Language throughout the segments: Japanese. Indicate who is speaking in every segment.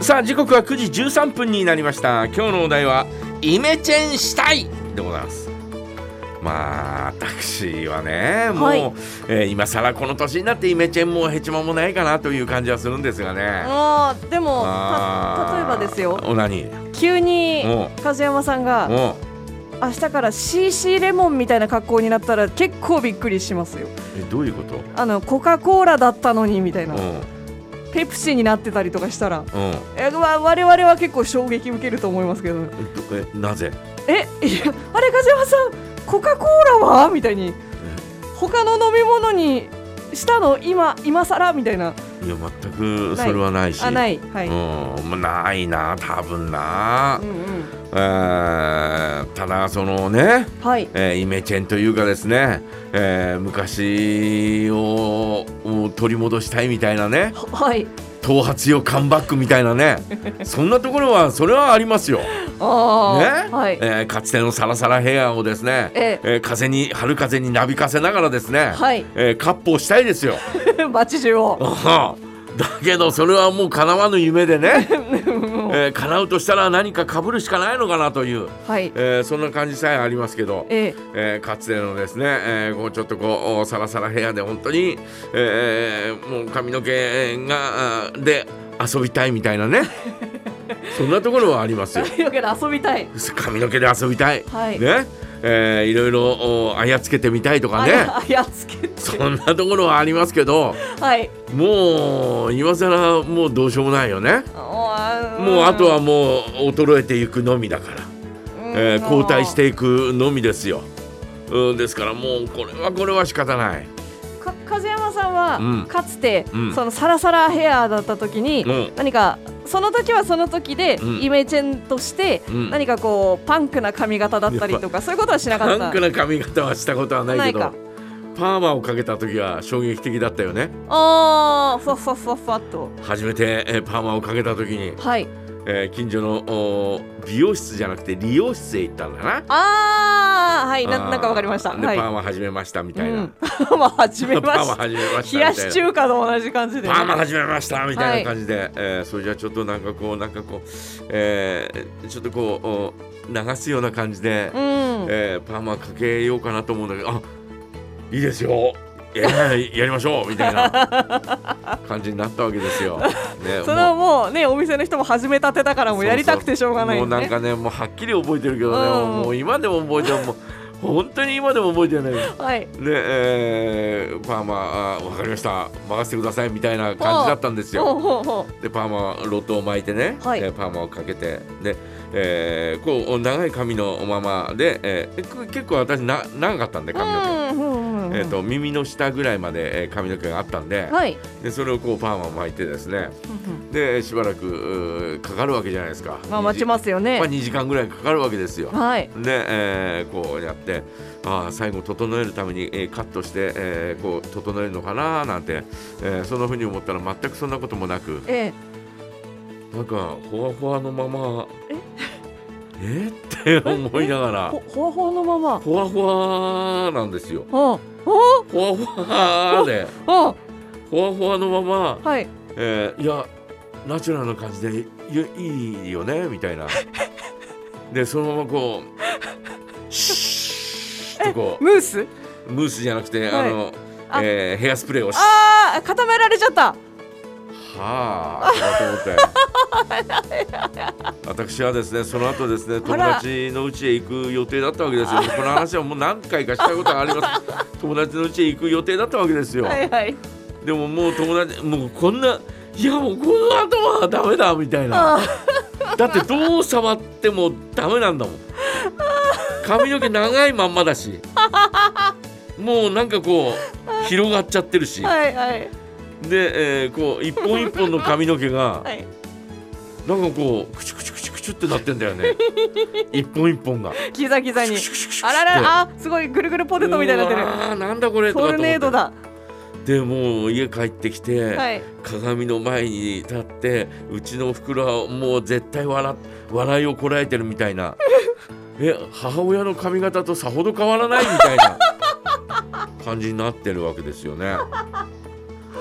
Speaker 1: さあ時刻は9時13分になりました今日のお題はイメチェンしたいでございますまあ私はねもう、
Speaker 2: はい
Speaker 1: えー今更この年になってイメチェンもヘチマもないかなという感じはするんですがね
Speaker 2: あーでも
Speaker 1: あ
Speaker 2: た
Speaker 1: ー
Speaker 2: 例えばですよ
Speaker 1: お何
Speaker 2: 急に
Speaker 1: おう
Speaker 2: 梶山さんが
Speaker 1: も
Speaker 2: 明日から CC レモンみたいな格好になったら結構びっくりしますよ
Speaker 1: うえどういうこと
Speaker 2: あのコカ・コーラだったのにみたいな
Speaker 1: う
Speaker 2: ペプシになってたりとかしたら
Speaker 1: んうん
Speaker 2: えわ我々は結構衝撃受けると思いますけど
Speaker 1: えどえなぜ
Speaker 2: えいやあれ梶山さんコカ・コーラはみたいに他の飲み物にしたの今今更みたいない
Speaker 1: や全くそれはないし
Speaker 2: あないはい、
Speaker 1: うんまあないな多分な、
Speaker 2: うんうん
Speaker 1: えーただそのね
Speaker 2: はい
Speaker 1: えーイメチェンというかですね、えー昔をを取り戻したいみたいなね
Speaker 2: ははい
Speaker 1: 頭髪をカムバックみたいな ねそんなところはそれはありますよ、
Speaker 2: ああ、
Speaker 1: ね
Speaker 2: はい、
Speaker 1: えーかつてのサラサラヘアをですね、
Speaker 2: え
Speaker 1: えー風に春風になびかせながらですね、
Speaker 2: はい
Speaker 1: えー、カッポをしたいです よ。
Speaker 2: 街中を。
Speaker 1: あはだけどそれはもう叶わぬ夢で ね、えー叶うとしたら何か被るしかないのかなという、
Speaker 2: はい。
Speaker 1: えーそんな感じさえありますけど。
Speaker 2: ええ、
Speaker 1: えーかつてのですね、えーこうちょっとこうサラサラヘアで本当に、えーもう髪の毛があーで遊びたいみたい なねそんなところはありますよ
Speaker 2: というわけで遊びたい。
Speaker 1: 髪の毛で遊びたい、
Speaker 2: はい
Speaker 1: ね、えーいろいろおあやつけてみたいとかね
Speaker 2: あやっつけて。
Speaker 1: そんなところはありますけど
Speaker 2: はい。
Speaker 1: もう今更もうどうしようもないよねも
Speaker 2: も
Speaker 1: うあとは、もう衰えていくのみだから。えー後退し。ていくのみですよ。うん、ですからもうこれはこれは仕方ない。
Speaker 2: か風山さん
Speaker 1: う
Speaker 2: は
Speaker 1: ん
Speaker 2: かつて、
Speaker 1: うん
Speaker 2: そのサラサラヘアだった時に、
Speaker 1: うん
Speaker 2: 何かその時はその時で、
Speaker 1: うん
Speaker 2: イメチェンとして、
Speaker 1: うん
Speaker 2: 何かこうパンクな髪型だったりとかそういうことはしなか
Speaker 1: パ
Speaker 2: った。
Speaker 1: ンクな髪型はしたことはないけど
Speaker 2: ないか、
Speaker 1: パーマをかけた時は衝撃的だったよね。
Speaker 2: ああ、ふわふわふわふわっと。
Speaker 1: 初めて、えーパーマをかけた時に、
Speaker 2: はい。
Speaker 1: えー近所のおー美容室じゃなくて理容室へ行ったんだな。
Speaker 2: ああ、はい、な
Speaker 1: あー
Speaker 2: なんかわかりました。
Speaker 1: で、
Speaker 2: はい。
Speaker 1: パーマ始めましたみたいな。
Speaker 2: うん、まあ始め
Speaker 1: パ
Speaker 2: ま
Speaker 1: ーマ
Speaker 2: した
Speaker 1: 始めましたみ
Speaker 2: 冷
Speaker 1: たいな。
Speaker 2: やし中華と同じ感じで、
Speaker 1: パーマ始めましたみたいな感じで、えーそれじゃあちょっとなんかこうなんかこう、えーちょっとこうお流すような感じで、
Speaker 2: うん、
Speaker 1: えーパーマかけようかなと思うんだけどあいいですよ、えーやりましょうみたい な感じになったわけですよ。ね、
Speaker 2: それは
Speaker 1: も
Speaker 2: もうねお店の人も始めたてだからもうやりたくてしょうがない
Speaker 1: もう
Speaker 2: よね
Speaker 1: なんかねもうはっきり覚えてるけどね、
Speaker 2: うん
Speaker 1: もう今でも覚えてるもう本当に今でも覚えてない。
Speaker 2: はい
Speaker 1: で、えーパーマあ分かりました任せてくださいみたいな感じだったんですよ。
Speaker 2: ほうほうほ
Speaker 1: でパーマロットを巻いてね、
Speaker 2: はい
Speaker 1: えーパーマをかけてで、えーこう長い髪のままで、えーく結構私な長かったんで
Speaker 2: う
Speaker 1: 髪の毛、
Speaker 2: うんうんうん
Speaker 1: えー、と耳の下ぐらいまで、えー髪の毛があったんで,、
Speaker 2: はい
Speaker 1: でそれをこうパーマを巻いてですね
Speaker 2: うん
Speaker 1: でしばらくうーかかるわけじゃないですか、
Speaker 2: うんまあ待ちますよね
Speaker 1: まあ、2時間ぐらいかかるわけですよ。
Speaker 2: はい
Speaker 1: で、えーこうやってあー最後整えるために、えーカットして、えーこう整えるのかななんて、えーそんなふうに思ったら全くそんなこともなく。
Speaker 2: ええ
Speaker 1: なんかほわほわのまま ええって思いながら
Speaker 2: ほほわほわのまま
Speaker 1: ほわほわなんですよ
Speaker 2: うん
Speaker 1: ほわほわで
Speaker 2: うん
Speaker 1: ほわほわのまま、
Speaker 2: はい
Speaker 1: えーいやナチュラルな感じでいいいよねみたい なでそのままこうシュッとこ
Speaker 2: ムース
Speaker 1: うムースじゃなくて、
Speaker 2: はい
Speaker 1: あの
Speaker 2: あ
Speaker 1: えーヘアスプレーをしは
Speaker 2: ああ固められちゃった
Speaker 1: あと思 って。私はですねその後ですね
Speaker 2: あ
Speaker 1: 友
Speaker 2: ら
Speaker 1: 達の家へ行く予定だったわけですよこの話はもう何回かしたことがあります 友達の家へ行く予定だったわけですよ、
Speaker 2: はいはい
Speaker 1: でももう友達もうこんないやもうこの後はダメだみたいな
Speaker 2: あ
Speaker 1: だってどう触ってもダメなんだもん髪の毛長いまんまだしもうなんかこう広がっちゃってるし
Speaker 2: ーはいはい
Speaker 1: で、えーこう一本一本の髪の毛が
Speaker 2: はい
Speaker 1: なんかこうクチュクチュクチュクチュってなってんだよね一本一本が
Speaker 2: ギザギザにあらららあーすごいぐるぐるポテトみたいになってる
Speaker 1: あーなんだこれとか
Speaker 2: ト
Speaker 1: と思って
Speaker 2: ルネードだ
Speaker 1: でもう家帰ってきて、
Speaker 2: はい
Speaker 1: 鏡の前に立ってうちのおふくろはもう絶対笑っ笑いをこらえてるみたいな え母親の髪型とさほど変わらないみたいな感じになってるわけですよね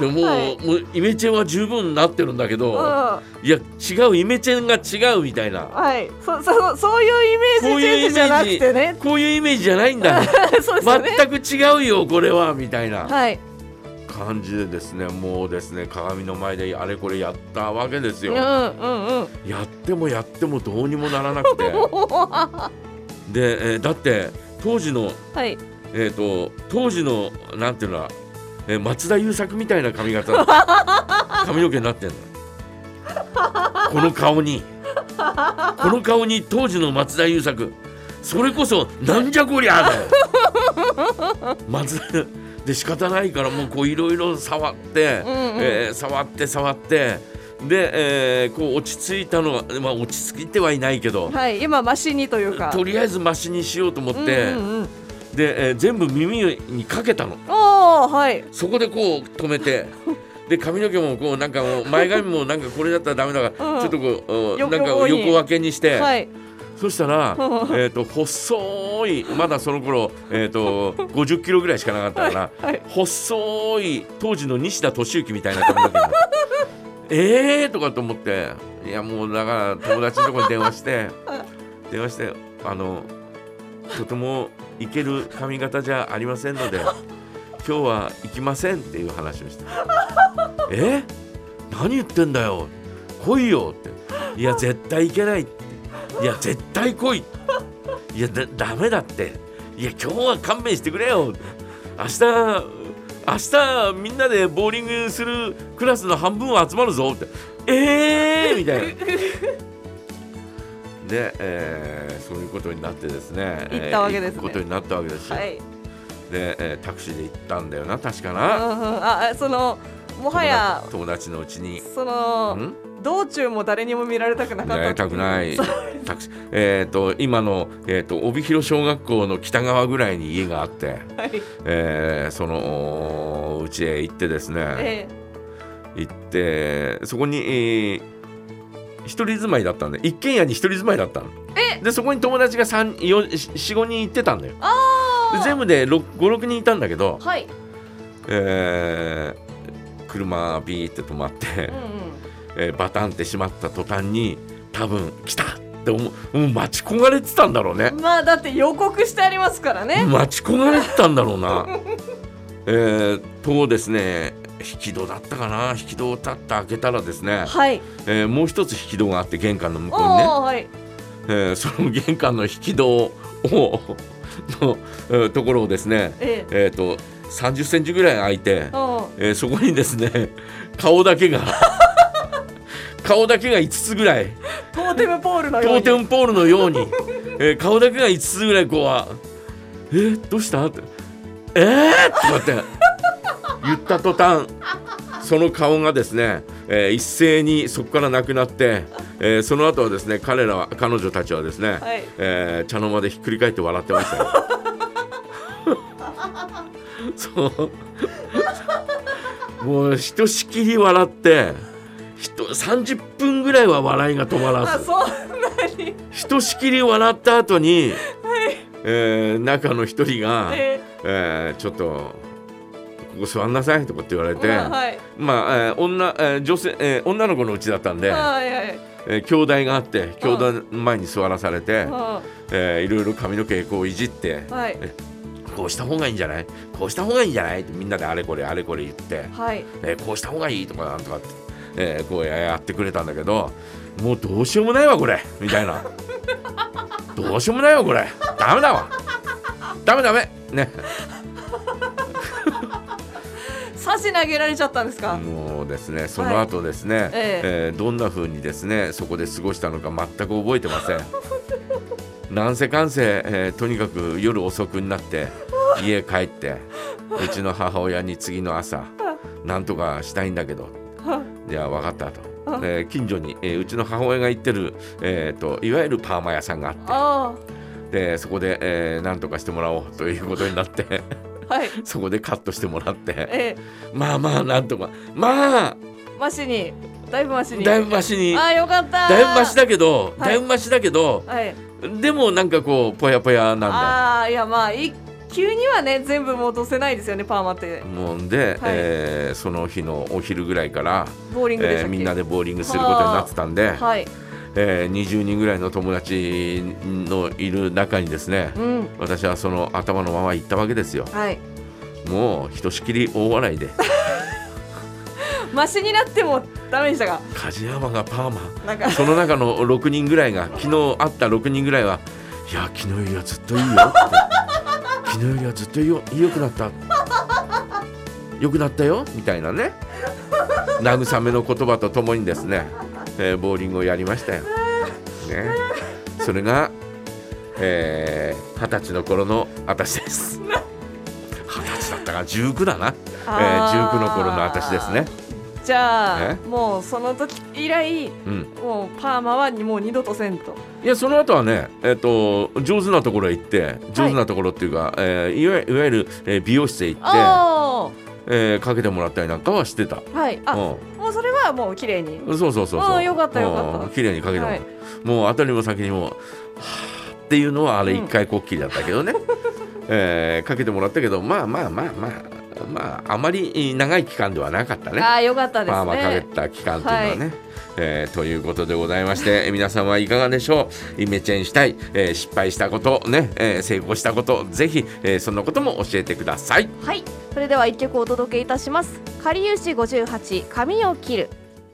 Speaker 1: でももう,、
Speaker 2: はい
Speaker 1: もうイメチェンは十分なってるんだけ
Speaker 2: うん
Speaker 1: ど、
Speaker 2: はい
Speaker 1: や違うイメチェンが違うみたいな。
Speaker 2: いそ そそういうイメージチェンジじゃなくてね
Speaker 1: こういうイメージじゃないんだ
Speaker 2: そうですよね
Speaker 1: 全く違うよこれはみたいな
Speaker 2: はい
Speaker 1: 感じでですねもうですね鏡の前であれこれやったわけです
Speaker 2: う
Speaker 1: よ
Speaker 2: んうんうん
Speaker 1: やってもやってもどうにもならな くてで、えーだって当時の
Speaker 2: はい
Speaker 1: えっ、と当時のなんていうのは、えー松田優作みたいな髪型 髪の毛になってんのこの顔にこの顔に当時の松田優作それこそなんじゃこりゃだよ松田で仕方ないからもうこういろいろ触って、
Speaker 2: うんうん
Speaker 1: えー触って触ってで、えーこう落ち着いたのは、まあ、落ち着いてはいないけど、
Speaker 2: はい今マシにというか
Speaker 1: とりあえずマシにしようと思って。
Speaker 2: うんうんうん、
Speaker 1: で、えー全部耳にかけたの
Speaker 2: おーはい
Speaker 1: そこでこう止め てで髪の毛もこうなんかもう前髪もなんかこれだったらダメだから、
Speaker 2: うん
Speaker 1: ちょっとこううん
Speaker 2: 横
Speaker 1: なんか
Speaker 2: 横に
Speaker 1: 横分けにして、
Speaker 2: はい
Speaker 1: そした ら
Speaker 2: うん
Speaker 1: えーと細いまだその頃えっ、と50キロぐらいしかなかったから、
Speaker 2: はい
Speaker 1: 細い当時の西田敏行みたい な髪の毛になってえーとかと思っていやもうだから友達のとこに電話して 電話してあのとてもいける髪型じゃありませんので今日は行きませんっていう話をして え何言ってんだよ来いよってい や絶対行けないっていや絶対来いいやだダメだっていや今日は勘弁してくれよ明日明日みんなでボーリングするクラスの半分は集まるぞってえーみたいな。 で、えーそういうことになってですね
Speaker 2: 行ったわけです
Speaker 1: えー
Speaker 2: ね
Speaker 1: 行くことになったわけですよ、
Speaker 2: はい
Speaker 1: で、えータクシーで行ったんだよな確か
Speaker 2: うん
Speaker 1: な、
Speaker 2: うんああそのもはや
Speaker 1: 友達のうちに。
Speaker 2: その
Speaker 1: ん
Speaker 2: 道中も誰にも見られたくなかった
Speaker 1: やりたく ない
Speaker 2: そう
Speaker 1: タクシーえっ、と今の、えー、と帯広小学校の北側ぐらいに家があって、
Speaker 2: はい
Speaker 1: えーそのうちへ行ってですね、
Speaker 2: ええ
Speaker 1: 行ってそこに、えー一人住まいだったんで一軒家に一人住まいだったのでそこに友達が45人行ってたんだよ
Speaker 2: あ
Speaker 1: で
Speaker 2: ー
Speaker 1: 全部で56人いたんだけど、
Speaker 2: はい
Speaker 1: えー車ビーって止まって
Speaker 2: うん、
Speaker 1: えーバタンってしまった途端に多分来たって思うもう待ち焦がれてたんだろうね
Speaker 2: うんまあだって予告してありますからね
Speaker 1: 待ち焦がれてたんだろうな。えーとですね引き戸だったかな引き戸を立って開けたらですね、
Speaker 2: はい
Speaker 1: えーもう一つ引き戸があって玄関の向
Speaker 2: お
Speaker 1: こうにね、
Speaker 2: ーはい
Speaker 1: えーその玄関の引き戸をの、えーところをですね、
Speaker 2: ええ
Speaker 1: えー、と30センチぐらい開いて、
Speaker 2: お
Speaker 1: えーそこにですね顔だけが顔だけが5つぐらい
Speaker 2: トーテムポールの
Speaker 1: ト
Speaker 2: よう
Speaker 1: ー
Speaker 2: に
Speaker 1: テンポールのように、えー顔だけが5つぐらいこうは「えー、どうした?」って「えー!」とかって言った途端その顔がですね、えー一斉にそこからなくなって、えーその後はですね彼らは彼女たちはですね、
Speaker 2: はい
Speaker 1: えー茶の間でひっくり返って笑ってました よ。そうもうひとしきり笑ってひと30分ぐらいは笑いが止まら
Speaker 2: あ
Speaker 1: ず
Speaker 2: そんなに
Speaker 1: ひとしきり笑った後に、えー中の一人が、え
Speaker 2: え
Speaker 1: ーちょっとここ座んなさいとかって言われ
Speaker 2: え
Speaker 1: て、
Speaker 2: まあはい
Speaker 1: まあ、えー女、えー女性、えー女の子のうちだったんで、
Speaker 2: はいはい
Speaker 1: えー兄弟があって兄弟の前に座らされて、
Speaker 2: は
Speaker 1: えーいろいろ髪の毛こういじって
Speaker 2: い、はい
Speaker 1: こうした方がいいんじゃないこうした方がいいんじゃないってみんなであれこれあれこれ言って、
Speaker 2: はい
Speaker 1: えーこうした方がいいとかなんとかって、えーこうやってくれたんだけどもうどうしようもないわこれみたいなどうしようもないわこれダメだわダメダメね
Speaker 2: 差し投げられちゃったんですか、
Speaker 1: もうですねその後ですね、
Speaker 2: え
Speaker 1: えーどんな風にですねそこで過ごしたのか全く覚えてませんなんせかんせ、えーとにかく夜遅くになって家帰ってうちの母親に次の朝なんとかしたいんだけど じゃあ分かったと。で近所に、えーうちの母親が行ってる、えー、といわゆるパーマ屋さんがあって
Speaker 2: あ
Speaker 1: でそこで、えーなんとかしてもらおうということになって
Speaker 2: あはい
Speaker 1: そこでカットしてもらって
Speaker 2: ええ
Speaker 1: まあまあなんとかまあ
Speaker 2: マシにだいぶマシに
Speaker 1: だいぶマシに
Speaker 2: ああよかった
Speaker 1: だいぶマシだけど、
Speaker 2: はい
Speaker 1: だいぶマシだけど
Speaker 2: はい
Speaker 1: でもなんかこうぽやぽやなんだよ
Speaker 2: ああいやまあ一急にはね全部戻せないですよねパーマって
Speaker 1: もんで、えーその日のお昼ぐらいから、
Speaker 2: ボーリングでし
Speaker 1: え
Speaker 2: た
Speaker 1: ー
Speaker 2: っけ、
Speaker 1: みんなでボーリングすることになってたんで、
Speaker 2: はい
Speaker 1: えー20人ぐらいの友達のいる中にですね、
Speaker 2: うん
Speaker 1: 私はその頭のまま行ったわけですよ
Speaker 2: はい
Speaker 1: もうひとしきり大笑いで
Speaker 2: マシになってもダメでしたが
Speaker 1: 梶山がパーマ
Speaker 2: なんか
Speaker 1: その中の6人ぐらいが昨日会った6人ぐらいは「いや昨日よりはずっといいよ」って「 昨日よりはずっといいよ良くなった」「良くなったよ」みたいなね慰めの言葉とともにですね、えーボーリングをやりましたよ。ね、それがえー二十、歳の頃の私です。二十歳だったから19だな、えー、
Speaker 2: あー
Speaker 1: 19の頃の私ですね。
Speaker 2: じゃ
Speaker 1: え
Speaker 2: あもうその時以来
Speaker 1: うん、
Speaker 2: もうパーマはもう二度とせんと
Speaker 1: いやその後はね、えっと上手なところへ行って上手なところっていうか、いえーいわゆいわゆる、えー美容室へ行って、
Speaker 2: あ
Speaker 1: えーかけてもらったりなんかはしてた。
Speaker 2: あはいあ
Speaker 1: うん
Speaker 2: もうそれはもう綺麗に
Speaker 1: そうそうそう
Speaker 2: あ
Speaker 1: そ
Speaker 2: あ
Speaker 1: う。
Speaker 2: よかったよかった
Speaker 1: うん綺麗にかけてもら
Speaker 2: は
Speaker 1: っ
Speaker 2: い
Speaker 1: た、もう後にも先にもはあっていうのはあれ
Speaker 2: うん
Speaker 1: 一回こっきりだったけどね、 えーかけてもらったけどまあまあまあまあまああまり長い期間ではなかったね。
Speaker 2: ああよかったです
Speaker 1: パーマかけ
Speaker 2: ね
Speaker 1: た期間というのはね。えーということでございましてえー皆さんはいかがでしょうイメチェンしたい、えー失敗したこと、ねえー成功したことぜひ、えーそんなことも教えてください。
Speaker 2: はいそれでは一曲お届けいたします「かりゆし58髪を切る」